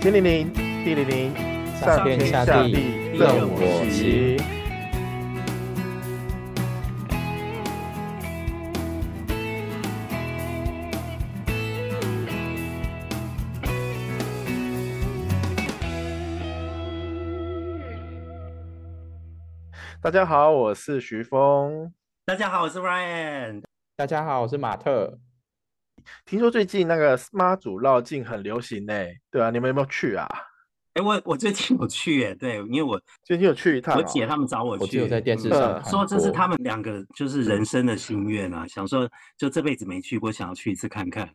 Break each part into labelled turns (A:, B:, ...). A: 天灵灵，地灵灵，
B: 上
A: 天
B: 天
A: 下
B: 下
A: 地
B: 地
A: 任
B: 任
A: 我
B: 我
A: 行
B: 行。
A: 大家好，我是徐峰。
C: 大家好，我是 Ryan。
B: 大家好，我是马特。
A: 听说最近那个妈祖绕境很流行呢、对啊，你们有没有去啊？
C: 哎，我我最近有去耶，对，因为我
A: 最近有去一趟、哦
C: 我姐他们找我去，
B: 我只有在电视
A: 嗯
B: 上看
C: 说这是
B: 过
C: 他们两个就是人生的心愿啊，想说就这辈子没去过，想要去一次看看。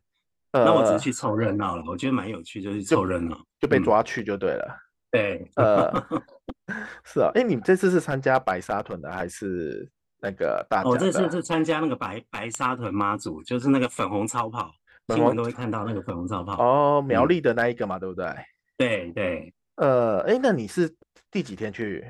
A: 呃
C: 那我只是去凑热闹了，我觉得蛮有趣，就是凑热闹。
A: 就被
C: 嗯
A: 抓去就对了。
C: 对，
A: 呃，是啊，哎、你这次是参加白沙屯的还是那个大
C: 我
A: 甲
C: 哦这次
A: 的？啊
C: 是参加那个白白沙屯妈祖，就是那个粉红超跑，
A: 粉
C: 新闻
A: 红
C: 都会看到那个粉红超跑。
A: 哦，苗
C: 嗯
A: 栗的那一个嘛，对不对？
C: 对对，
A: 呃，哎，那你是第几天去？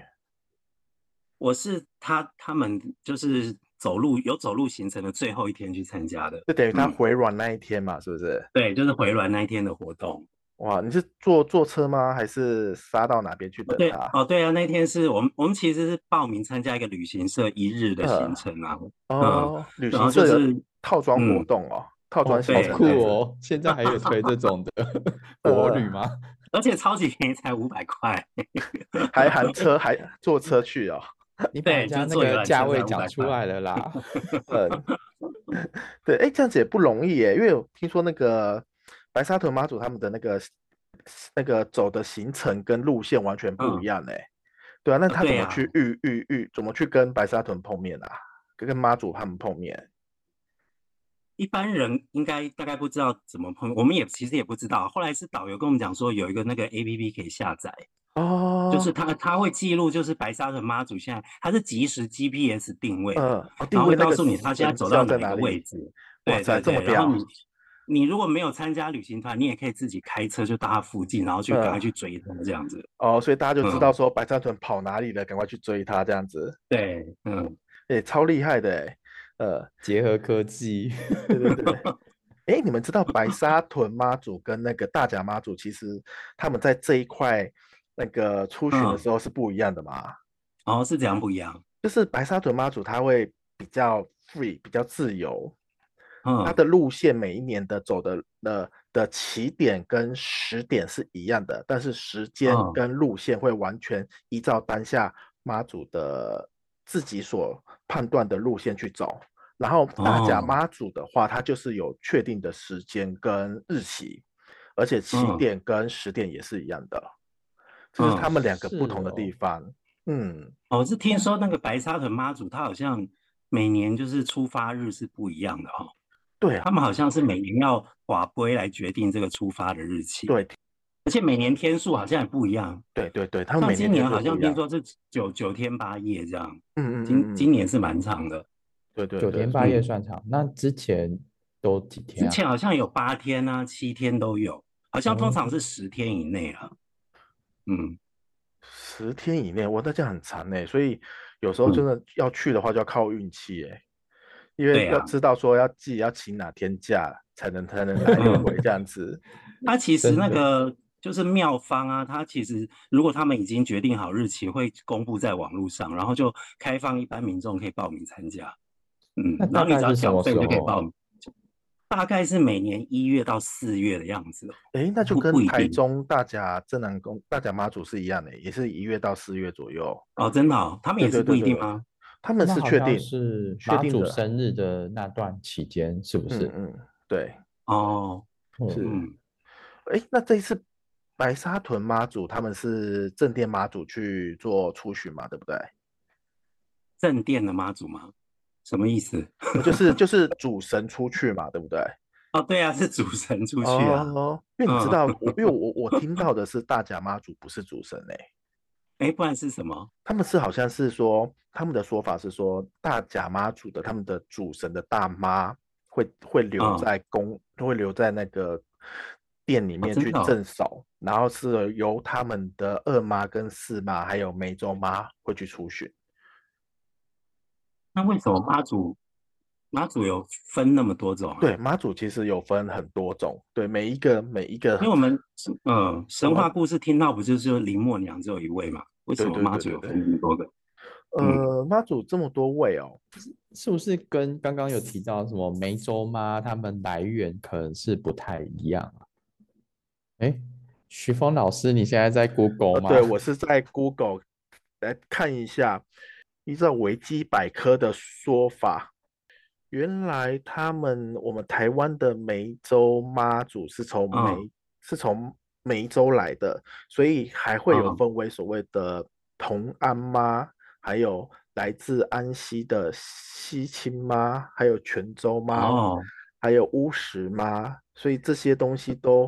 C: 我是他他们就是走路有走路行程的最后一天去参加的，
A: 就等于他
C: 嗯
A: 回銮那一天嘛，是不是？
C: 对，就是回銮那一天的活动。
A: 哇，你是坐坐车吗？还是杀到哪边去等
C: 对
A: 他？
C: 哦，对啊，那天是我们我们其实是报名参加一个旅行社一日的
A: 呃
C: 行程啊，
A: 哦，旅行
C: 然后就
A: 社有
C: 是
A: 套装活
C: 嗯
A: 动哦，套装行
B: 好
C: 对
A: 程
B: 酷
A: 这样子，
B: 哦！现在还有推这种 的国
A: 嗯
B: 旅吗？
C: 而且超级便宜，才五百块。
A: 还含 车，还坐车去哦。
B: 你把人
C: 对就
B: 家
C: 是
B: 那
C: 坐一
B: 个价
C: 晚现在
B: 位
C: 500
B: 讲出
C: 块
B: 来了 啦。
A: 嗯， 对，哎，这样子也不容易耶，因为我听说那个白沙屯妈祖他们的那个那个走的行程跟路线完全不
C: 嗯
A: 一样呢。对啊，那
C: 啊
A: 他怎
C: 对
A: 么
C: 啊
A: 去遇遇遇，怎么去跟白沙屯碰面啊？跟跟妈祖他们碰面？
C: 一般人应该大概不知道怎么碰，我们也其实也不知道。后来是导游跟我们讲说，有一个那个 A P P 可以下载，
A: 哦，
C: 就是它它会记录，就是白沙屯妈祖现在它是即时 G P S 定位的，
A: 嗯，哦定
C: 然后
A: 位
C: 会
A: 那
C: 告
A: 个
C: 诉你他现在
A: 人
C: 走
A: 是要在
C: 到
A: 哪
C: 哪个
A: 里？
C: 位置。
A: 哇
C: 对
A: 塞
C: 对
A: 这么
C: 对，然后
A: 屌
C: 你你如果没有参加旅行团，你也可以自己开车就到他附近，然后去赶快
A: 嗯
C: 去追他这样子。
A: 哦，所以大家就知
C: 嗯
A: 道说白沙屯跑哪里了，赶快去追他这样子，
C: 对，嗯，
A: 哎，超厉害的哎，呃，
B: 结合科技，
A: 对对对。 哎，你们知道白沙屯妈祖跟那个大甲妈祖，其实他们在这一块那个出巡的
C: 嗯
A: 时候是不一样的吗？
C: 然后是怎样不一样？
A: 就是白沙屯妈祖他会比较 free，比较自由，
C: 嗯
A: 它，的路线每一年的走的的的起点跟时点是一样的，但是时间
C: 嗯
A: 跟路线会完全依照当下妈祖的自己所判断的路线去走。然后大甲
C: 哦
A: 妈祖的话，它就是有确定的时间跟日期，而且起
C: 嗯
A: 点跟时点也是一样的，这是
C: 嗯
A: 他们两个不
B: 是
A: 同的地
B: 哦
A: 方。嗯，
C: 我哦是听说那个白沙屯妈祖，他好像每年就是出发日是不一样的哦，
A: 对啊
C: 他，们好像是每年要划归来决定这个出发的日期，
A: 对
C: 而且每年天数好像也不一样。
A: 对对对，他们
C: 像
A: 每
C: 今
A: 天
C: 年
A: 都
C: 好
A: 不
C: 像
A: 一
C: 听
A: 样，
C: 说是九九天八夜这样，
A: 嗯嗯嗯
C: 今
A: 嗯，
C: 今年是蛮长的。
A: 对对
B: 九
A: 对
B: 天八夜
C: 嗯
B: 算长。那之前都几
C: 之
B: 天啊？
C: 前好像有八天啊，七天都有，好像
A: 哦
C: 通常是十天以内啊。嗯，
A: 十天以内，哇，那这样很长呢。所以有时候真的要去的话，就要靠运气哎，因为
C: 嗯对
A: 要
C: 啊
A: 知道说要自己要请哪天假才能才能来得
C: 嗯
A: 回这样子。
C: 他其实
B: 真
C: 那
B: 的
C: 个就是妙方啊，他其实如果他们已经决定好日期，会公布在网络上，然后就开放一般民众可以报名参加。嗯
B: 那，
C: 然后
B: 大
C: 你只
B: 概
C: 要
B: 是什
C: 缴
B: 么
C: 费
B: 时
C: 就可以
B: 候啊
C: 报名。大概是每年一月到四月的样子哦。
A: 哎，那就
C: 不不
A: 跟
C: 一
A: 台
C: 定
A: 中大甲正南宫大甲妈祖是一样的，也是一月到四月左右。
C: 哦，真的哦，他们
A: 对
C: 也
A: 对
C: 是不
A: 对
C: 一
A: 对
C: 定
A: 对
C: 吗？
A: 他们
B: 那
A: 是
B: 好
A: 确
B: 像
A: 定，
B: 是
A: 确
B: 妈
A: 定
B: 祖
A: 的
B: 生日的那段期间，是不是
A: 嗯？嗯，对，
C: 哦，
B: 嗯
A: 是
C: 嗯，
A: 哎，那这一次白沙屯妈祖他们是正殿妈祖去做出巡嘛，对不对？
C: 正殿的妈祖吗？什么意思？
A: 呃就是就是主神出去嘛，对不对？
C: 哦，对啊，是主神出去啊。
A: 哦，因为你知
C: 嗯
A: 道，我因为我我听到的是大甲妈祖不是主神嘞、
C: 哎，不然是什么？
A: 他们是好像是说他们的说法是说大甲妈祖的他们的主神的大妈会会留
C: 嗯
A: 在宫，会留在那个殿里面
C: 真
A: 去
C: 的哦
A: 镇守，然后是由他们的二妈跟四妈还有梅州妈会去出巡。
C: 那为什么妈祖马祖有分那么多种、啊，
A: 对，妈祖其实有分很多种，对，每一个每一个
C: 因为 我们嗯神话故事听到不就是林默娘只有一位嘛？为什
A: 对
C: 么
A: 对
C: 妈
A: 对
C: 祖
A: 对
C: 有
A: 对
C: 分那么多个？嗯
A: 呃妈祖这么多位哦，
B: 是不是跟刚刚有提到什么梅州妈他们来源可能是不太一样啊？哎，徐峰老师，你现在在 Google
A: 呃
B: 吗？
A: 对我是在 Google 来看一下，依照维基百科的说法，原来他们我们台湾的梅州妈祖是从梅、
C: 嗯
A: 是从梅州来的，所以还会有
C: 嗯
A: 分为所谓的同安妈，还有来自安溪的西青妈，还有泉州妈，
C: 哦，
A: 还有乌石妈，所以这些东西都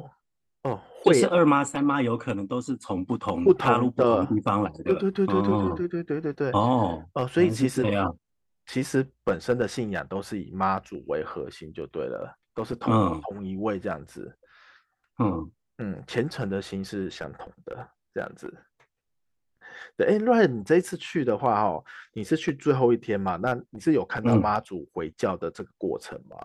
A: 哦
C: 就
A: 会
C: 是二妈、三妈有可能都是从不同
A: 不
C: 大陆
A: 同
C: 不同
A: 的
C: 地方来的。
A: 对对对对对
C: 哦
A: 对对对对对对。
C: 哦，
A: 哦，所以
C: 原来
A: 其
C: 是
A: 实
C: 这样
A: 其实本身的信仰都是以妈祖为核心就对了，都是同、
C: 嗯
A: 同一位这样子。
C: 嗯，
A: 嗯，虔诚的心是相同的这样子。对，哎，Ryan，你这一次去的话，哦，你是去最后一天嘛？那你是有看到
C: 嗯
A: 妈祖回教的这个过程吗？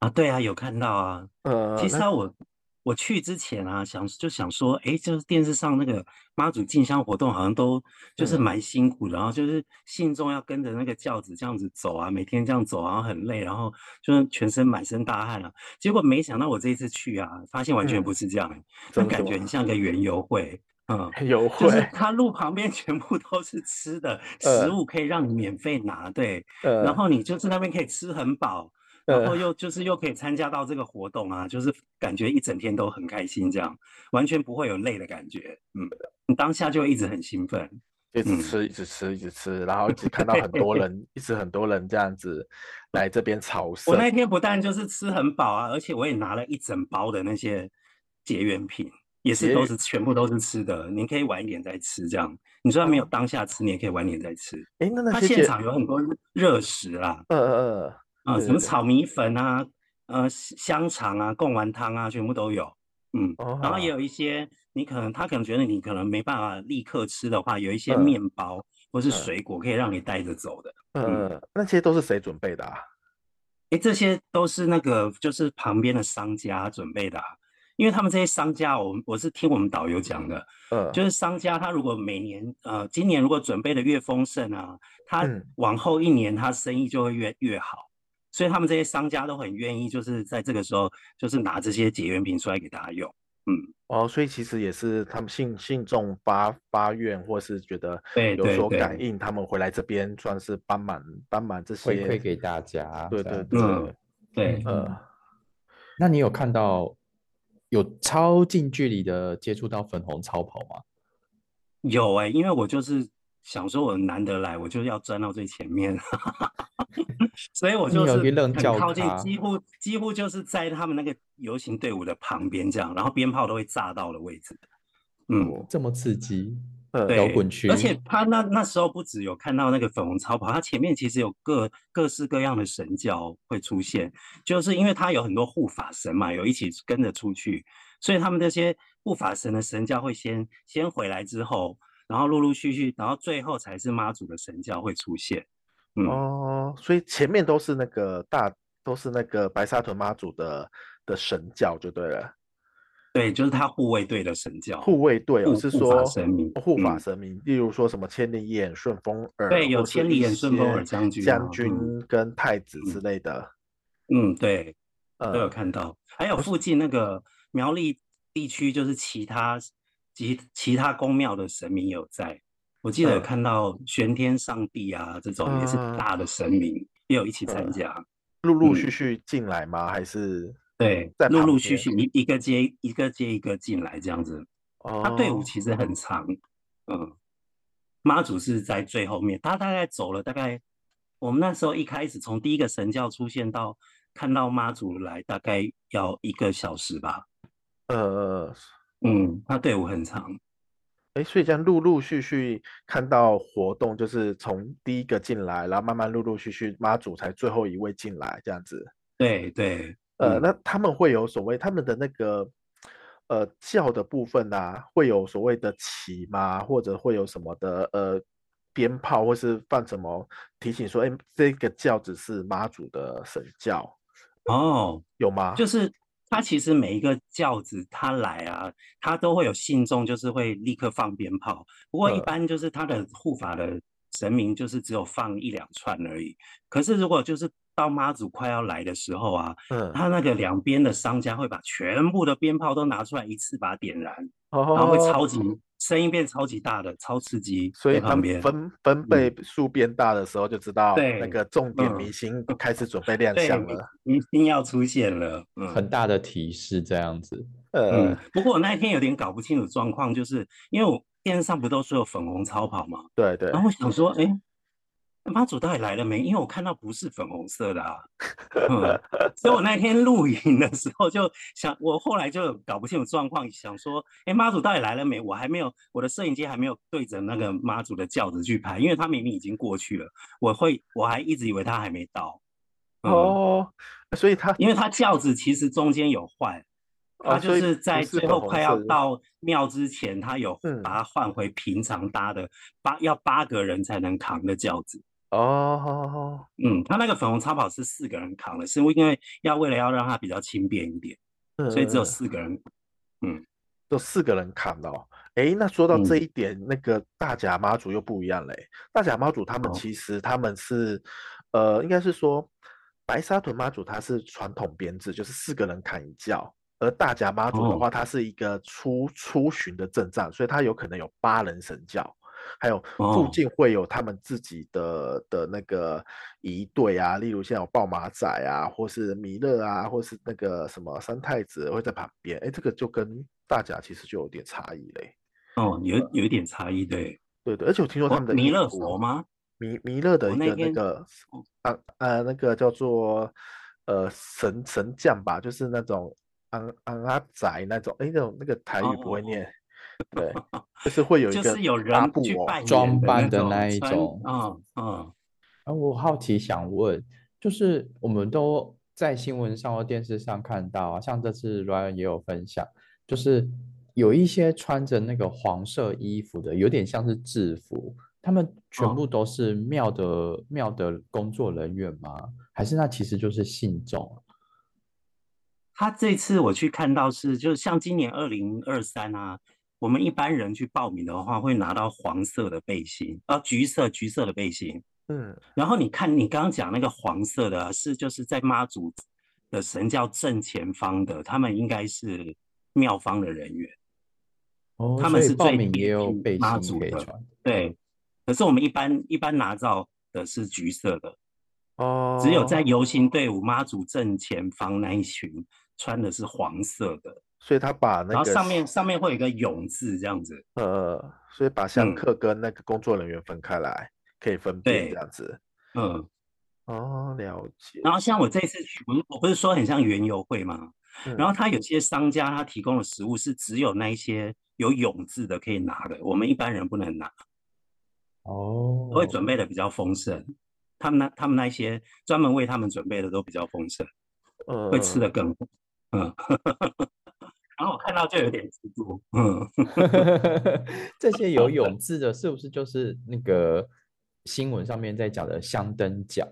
C: 啊，对啊，有看到啊。
A: 呃，
C: 其实
A: 那
C: 啊，我我去之前啊，想就想说，诶，就是电视上那个妈祖进香活动，好像都就是
A: 嗯
C: 蛮辛苦的，然后就是信众要跟着那个轿子这样子走啊，每天这样走，然后很累，然后就是全身满身大汗啊。结果没想到我这一次去啊，发现完全不
A: 嗯
C: 是这样、欸，
A: 怎
C: 就
A: 么
C: 感觉
A: 说
C: 很像个园游会， 嗯。
A: 有
C: 就是
A: 会，
C: 它路旁边全部都是吃的
A: 呃
C: 食物，可以让你免费拿，对，
A: 呃，
C: 然后你就是那边可以吃很饱，然后又就是又可以参加到这个活动啊，就是感觉一整天都很开心，这样完全不会有累的感觉。嗯，你当下就一直很兴奋。
A: 一直
C: 嗯
A: 吃，一直吃，一直吃，然后一直看到很多 人，一直很多人这样子来这边朝
C: 我
A: 圣。
C: 那天不但就是吃很饱啊，而且我也拿了一整包的那些结缘品，也是
A: 结
C: 都
A: 缘
C: 是全部都是吃的，你可以晚一点再吃这样。你虽然没有当下吃，你也可以晚一点再吃。
A: 哎，那那
C: 它
A: 些
C: 现
A: 姐
C: 场有很多热食啦，
A: 呃呃呃，
C: 啊、
A: 对
C: 什
A: 对
C: 么
A: 对
C: 炒米粉啊，呃，香肠啊，贡丸汤啊，全部都有。嗯，
A: 哦，
C: 然后也有一些你可能他可能觉得你可能没办法立刻吃的话，有一些
A: 嗯
C: 面包或是
A: 嗯
C: 水果可以让你带着走的。嗯
A: 呃，那些都是谁准备的啊？
C: 诶，这些都是那个就是旁边的商家准备的啊，因为他们这些商家，我们我是听我们导游讲的，
A: 呃，
C: 就是商家他如果每年呃今年如果准备的越丰盛啊，他
A: 嗯
C: 往后一年他生意就会越越好，所以他们这些商家都很愿意就是在这个时候就是拿这些结缘品出来给大家用。
A: 哦，所以其实也是他们信信众发发愿，或是觉得
C: 对
A: 有
C: 对
A: 所
C: 对
A: 感应，他们回来这边算是帮忙帮忙这
B: 回
A: 些
B: 馈给大家
A: 对
B: 这
A: 对
B: 样
A: 对，
C: 嗯对，
A: 呃，
B: 那你有看到有超近距离的接触到粉红超跑吗？
C: 有哎、因为我就是想说，我难得来，我就要钻到最前面， 所以我
B: 你
C: 就
B: 有
C: 是
B: 一愣
C: 很
B: 叫
C: 靠近，
B: 咖
C: 几乎几乎就是在他们那个游行队伍的旁边这样，然后鞭炮都会炸到的位置。嗯，
A: 哦
B: 这么刺激，
A: 呃
C: 对，
B: 摇滚区
C: 而且他那那时候不只有看到那个粉红超跑，他前面其实有各各式各样的神教会出现，就是因为他有很多护法神嘛，有一起跟着出去，所以他们这些护法神的神教会先先回来之后，然后陆陆续续，然后最后才是妈祖的神教会出现。嗯，
A: 哦，所以前面都是那个大，都是那个白沙屯妈祖的的神教就对了，
C: 对，就是他护卫队的神教，
A: 护卫队哦，
C: 护
A: 是
C: 护法
A: 说
C: 神明
A: 护法
C: 嗯
A: 神明，例如说什么千里眼、顺风耳，
C: 对，有
A: 或是
C: 千里
A: 一
C: 眼、顺风
A: 些
C: 耳将军啊、
A: 将军跟太子之类的，
C: 嗯，嗯，对，都有
A: 呃，
C: 看到，还有附近那个苗栗地区，就是其他其其他宫庙的神明也有在，我记得有
A: 嗯
C: 看到玄天上帝啊这种也是
A: 嗯
C: 大的神明也有一起参
A: 嗯
C: 加，
A: 陆陆
C: 嗯
A: 续续进来吗？还是
C: 对
A: 在，
C: 陆
A: 旁
C: 陆续
A: 边
C: 续一一个接一个接一个进来这样子，
A: 哦，
C: 他队伍啊其实很长，嗯，妈祖是在最后面，他大概走了大概，我们那时候一开始从第一个神教出现到看到妈祖来，大概要一个小时吧。
A: 呃，
C: 嗯，他队伍很长，
A: 哎，所以这样陆陆续续看到活动，就是从第一个进来，然后慢慢陆陆续续妈祖才最后一位进来这样子。
C: 对对，
A: 呃，
C: 嗯
A: 那他们会有所谓他们的那个呃教的部分啊，会有所谓的旗吗？或者会有什么的呃鞭炮或是放什么提醒说，哎，这个教子是妈祖的神教，
C: 哦，
A: 有吗？
C: 就是他其实每一个轿子他来啊，他都会有信众，就是会立刻放鞭炮。不过一
B: 嗯
C: 般就是他的护法的神明就是只有放一两串而已。可是如果就是到妈祖快要来的时候啊，
A: 嗯，
C: 他那个两边的商家会把全部的鞭炮都拿出来一次把它点燃，
A: 然
C: 然后会超级声音变超级大的，超刺激
A: 哦所以
C: 在
A: 他
C: 旁
A: 们
C: 边。嗯
A: 分分贝数变大的时候，就知道那
C: 对
A: 个重点
C: 嗯
A: 明星开始准备亮
C: 对
A: 相了。，
C: 明星要出现了，嗯，
B: 很大的提示这样子。
A: 呃
C: 嗯，，不过我那一天有点搞不清楚状况，就是因为我电视上不都说有粉红超跑嘛，
A: 对对
C: 然，后我想说，哎，妈祖到底来了没？因为我看到不是粉红色的啊， 嗯，所以我那天录影的时候就想，我后来就搞不清楚状况，想说，哎，妈祖到底来了没？我还没有，我的摄影机还没有对着那个妈祖的轿子去拍，因为他明明已经过去了，我会我还一直以为他还没到，哦。
A: 哦，所以他
C: 因为它轿子其实中间有换，
A: 哦
C: 它就
A: 所以
C: 是
A: 不
C: 在
A: 是
C: 最
A: 粉
C: 后
A: 红
C: 快
A: 色
C: 要
A: 的
C: 到庙之前，它有
A: 嗯
C: 把它换回平常搭的八要八个人才能扛的轿子。
A: 哦，
C: 嗯，它那个粉红超跑是四个人扛的，是因为要为了要让它比较轻便一点，所以只有
A: 嗯
C: 四个人。
A: 都四个人扛哦。诶，那说到这
C: 嗯
A: 一点，那个大甲妈祖又不一样嘞。大甲妈祖他们
C: 哦
A: 其实他们是，呃，应该是说白沙屯妈祖它是传统编制，就是四个人扛一轿，而大甲妈祖的
C: 哦
A: 话，它是一个出出巡的阵仗，所以它有可能有八人神教。还有附
C: 哦
A: 近会有他们自己的的那个仪队啊，例如像有豹马仔啊，或是弥勒啊，或是那个什么三太子会在旁边。哎，这个就跟大甲其实就有点差异嘞。
C: 哦，有有一点差异，对。
A: 对对，而且我听说
C: 哦
A: 他们的
C: 弥
A: 衣
C: 勒
A: 服啊
C: 佛吗？
A: 弥弥勒的
C: 我
A: 一
C: 那
A: 个那
C: 天
A: 个
C: 哦
A: 啊呃那个叫做呃神神将吧，就是那种昂昂阿宅那种，哎那种那个台语不
C: 哦
A: 会
C: 哦哦
A: 念， 对，就是会有一
C: 就
A: 个
C: 是有
A: 大
C: 人
A: 布
C: 去
A: 偶
C: 扮演
B: 装扮的
C: 的
B: 那一
C: 穿
B: 种
C: 嗯嗯，
B: 啊，我好奇想问，就是我们都在新闻上或电视上看到啊，像这次 Ryan 也有分享，就是有一些穿着那个黄色衣服的，有点像是制服，他们全
A: 嗯
C: 哦
B: 部都是庙的庙的工作人员吗？还是那其实就是信众啊？
C: 他这次我去看到是，就是像今年二零二三啊，我们一般人去报名的话，会拿到黄色的背心，啊，橘色橘色的背心。
A: 嗯
C: 然后你看你刚刚讲那个黄色的啊，是就是在妈祖的神教正前方的，他们应该是庙方的人员。
B: 哦，
C: 他们
B: 所以
C: 是
B: 报
C: 最
B: 名
C: 贴
B: 也有
C: 近
B: 背
C: 妈
B: 心
C: 祖
B: 可以
C: 的
B: 穿。
C: 对，可是我们一般一般拿到的是橘色的，
A: 哦，
C: 只有在游行队伍妈祖正前方那一群穿的是黄色的。
A: 所以他把
C: 然
A: 那
C: 后
A: 个
C: 上面上面会有一个“勇”字这样子。
A: 呃，所以把香
C: 嗯
A: 客跟那个工作人员分开来，可以分辨这
C: 对
A: 样子。
C: 嗯，
A: 哦，了解。
C: 然后像我这次去，我我不是说很像园游会嘛，然后
A: 后
C: 他有些商家他提供的食物是只有那一些有“勇”字的可以拿的，我们一般人不能拿，
B: 哦，
C: 我会准备的比较丰盛。他们那他们那一些专门为他们准备的都比较丰盛，
A: 嗯
C: 会吃的更多。嗯， 然后我看到就有点嫉妒。嗯，
B: 这些有泳字的，是不是就是那个新闻上面在讲的香灯脚？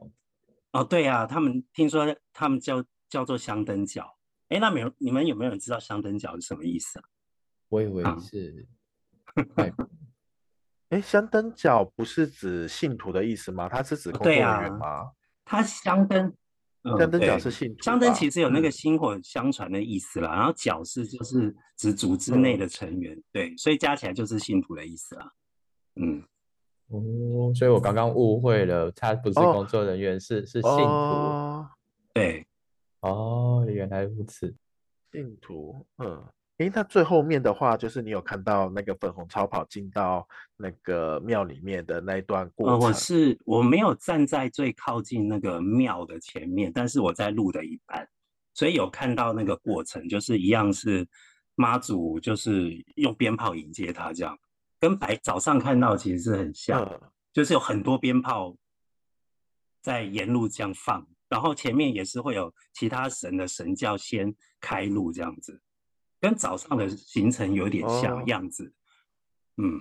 C: 哦，对啊，他们听说他们叫叫做香灯脚。哎，那没有你们有没有人知道香灯脚是什么意思啊？
B: 我以为
C: 啊
B: 是
A: 哎，香灯脚不是指信徒的意思吗？它是指工作
C: 对
A: 人员
C: 啊
A: 吗？
C: 它香灯，嗯
A: 香灯脚
C: 对
A: 是信徒吧，
C: 香灯其实有那个
A: 嗯
C: 薪火相传的意思啦，然后脚是就是指组织内的成员，对，所以加起来就是信徒的意思啦。嗯，
B: 哦，所以我刚刚误会了，他不是
A: 哦
B: 工作人员，是是信徒。
A: 嗯哦，
C: 对，
B: 哦，原来如此。
A: 信徒，嗯。诶，那最后面的话，就是你有看到那个粉红超跑进到那个庙里面的那一段过
C: 呃，我
A: 程，嗯
C: 是我没有站在最靠近那个庙的前面，但是我在路的一半，所以有看到那个过程，就是一样是妈祖就是用鞭炮迎接他这样，跟白早上看到其实是很像。
A: 嗯，
C: 就是有很多鞭炮在沿路这样放，然后前面也是会有其他神的神教先开路这样子，跟早上的行程有点像
A: 哦
C: 样子。嗯，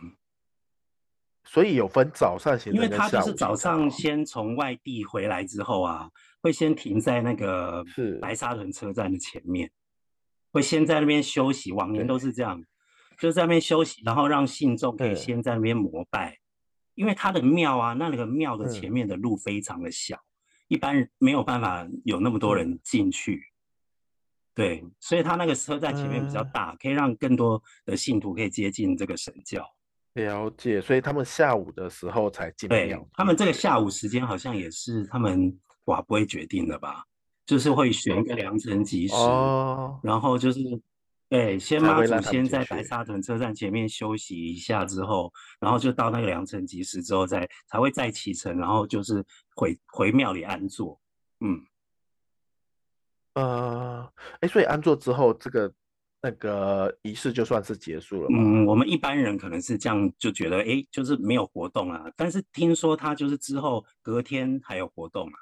A: 所以有分早上行
C: 因为
A: 程跟
C: 他就
A: 下午
C: 是
A: 行
C: 早
A: 程
C: 上
A: 哦
C: 先从外地回来之后啊，会先停在那个
A: 是
C: 白沙屯车站的前面，会先在那边休息。往年都是这样，就在那边休息，然后让信众可以
A: 嗯
C: 先在那边膜拜，因为他的庙啊，那个庙的
A: 嗯
C: 前面的路非常的小，一般人没有办法有那么
A: 嗯
C: 多人进去。对，所以他那个车站前面比较
A: 嗯
C: 大，可以让更多的信徒可以接近这个神教。
A: 了解，所以他们下午的时候才进
C: 对
A: 庙。
C: 他们这个下午时间好像也是他们瓦不会决定的吧，就是会选一个良辰吉时，
A: 哦，
C: 然后就是对，先
A: 才
C: 妈
A: 会
C: 祖
A: 让他们
C: 先
A: 进
C: 在白
A: 去
C: 沙屯车站前面休息一下之后，然后就到那个良辰吉时之后再才会再启程，然后就是回回庙里安坐。嗯，
A: 呃，哎，所以安坐之后，这个那个仪式就算是结束了嘛？
C: 嗯，我们一般人可能是这样就觉得，哎，就是没有活动啊。但是听说他就是之后隔天还有活动啊。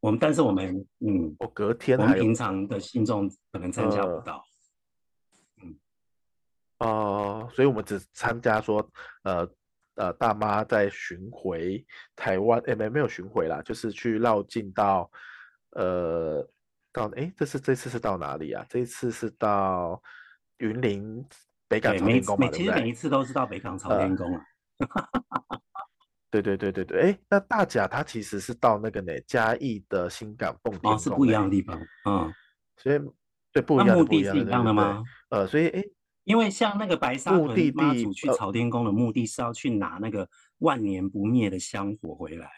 C: 我们，但是我们，嗯，
A: 我哦隔天
C: 我们
A: 还有
C: 平常的信众可能参加不
A: 呃
C: 到。
A: 哦，所以我们只参加说，呃呃，大妈在巡回台湾，哎，没没有巡回啦，就是去绕境到，呃，到哎，这是这次是到哪里啊？这一次是到云林北港
C: 对，
A: 朝
C: 每
A: 天
C: 一次
A: 宫
C: 每
A: 嘛，对
C: 其
A: 不
C: 实每一
A: 对？
C: 次都是到北港朝
A: 呃
C: 天宫啊。
A: 对对对对对，哎，那大甲它其实是到那个呢嘉义的新港奉
C: 哦，
A: 天
C: 是
A: 宫
C: 不一
A: 呢
C: 样的地方。嗯，
A: 所以对不一
C: 那
A: 样的
C: 目
A: 不一
C: 的
A: 样
C: 是
A: 的，
C: 一
A: 对
C: 样的
A: 对对
C: 吗？
A: 呃，所以哎，
C: 因为像那个白沙
A: 目
C: 屯
A: 的
C: 妈
A: 地
C: 祖去
A: 呃
C: 朝天宫的目的是要去拿那个万年不灭的香火回来。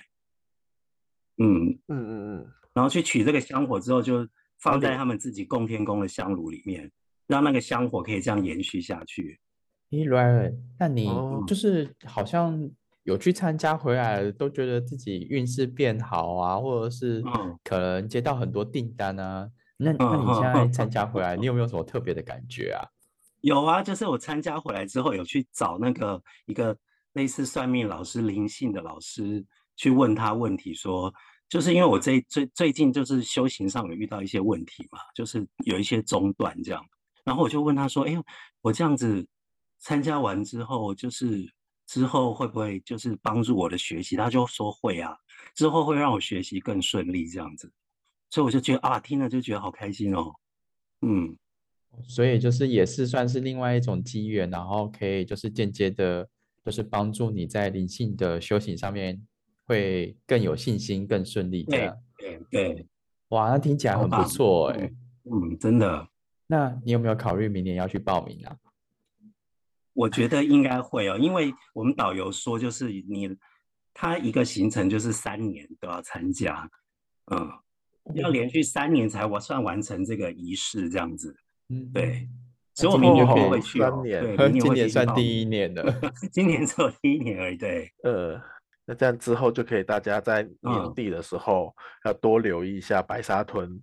C: 嗯，
A: 嗯嗯嗯，
C: 然后去取这个香火之后，就放在
A: 你
C: 他们自己供天宫的香炉里面，让那个香火可以这样延续下去。
B: 咦，Ryan，那你
A: 哦
B: 就是好像有去参加回来，都觉得自己运势变好啊，或者是
C: 嗯
B: 可能接到很多订单啊。那那
C: 嗯
B: 你现
C: 嗯
B: 在
C: 嗯
B: 参加回来，你有没有什么特别的感觉啊？
C: 有啊，就是我参加回来之后，有去找那个一个类似算命老师、灵性的老师去问他问题说，就是因为我最最最近就是修行上有遇到一些问题嘛，就是有一些中断这样，然后我就问他说，哎，我这样子参加完之后，就是之后会不会就是帮助我的学习？他就说会啊，之后会让我学习更顺利这样子，所以我就觉得啊，听了就觉得好开心哦，嗯。
B: 所以就是也是算是另外一种机缘，然后可以就是间接的，就是帮助你在灵性的修行上面会更有信心、更顺利这
C: 对
B: 样。
C: 对对，
B: 哇，那听起来
C: 好
B: 很不
C: 棒
B: 错哎。
C: 嗯嗯，真的，
B: 那你有没有考虑明年要去报名啊？
C: 我觉得应该会哦，因为我们导游说，就是你他一个行程就是三年都要参加，嗯，要连续三年才完算完成这个仪式这样子，
B: 嗯，
C: 对，
B: 那
C: 所以
B: 今
C: 我明
B: 年
C: 年
B: 就
C: 可
B: 可以
C: 能会
A: 哦
C: 去
A: 三
C: 哦，
A: 年
C: 对，
B: 呃，今
C: 明年会
B: 年
C: 去
B: 算
C: 报
B: 第
C: 名，
B: 一年了。
C: 今年只有第一年而已，对，
A: 呃，那这样之后就可以大家在年
C: 嗯
A: 底的时候要多留意一下白沙屯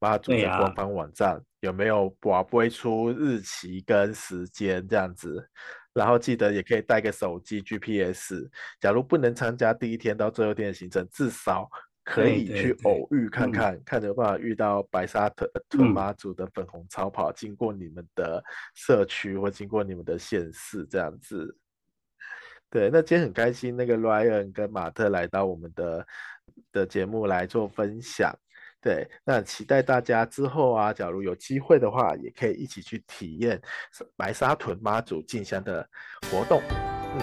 A: 妈祖
C: 对啊
A: 的官
C: 呀
A: 方网站有没有播播出日期跟时间这样子，然后记得也可以带个手机 GPS，假如不能参加第一天到最后天的行程，至少可
C: 对
A: 以
C: 对
A: 去
C: 对，
A: 偶遇看
C: 嗯
A: 看，看有没有办法遇到白沙屯屯
C: 嗯。
A: 妈祖的粉红超跑经过你们的社区或经过你们的县市这样子。对，那今天很开心，那个 Ryan 跟马特来到我们的的节目来做分享。对，那期待大家之后啊，假如有机会的话，也可以一起去体验白沙屯妈祖进香的活动。嗯，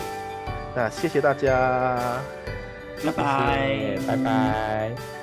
A: 那谢谢大家。
C: 拜
B: 谢谢，
C: 拜。
B: 拜拜。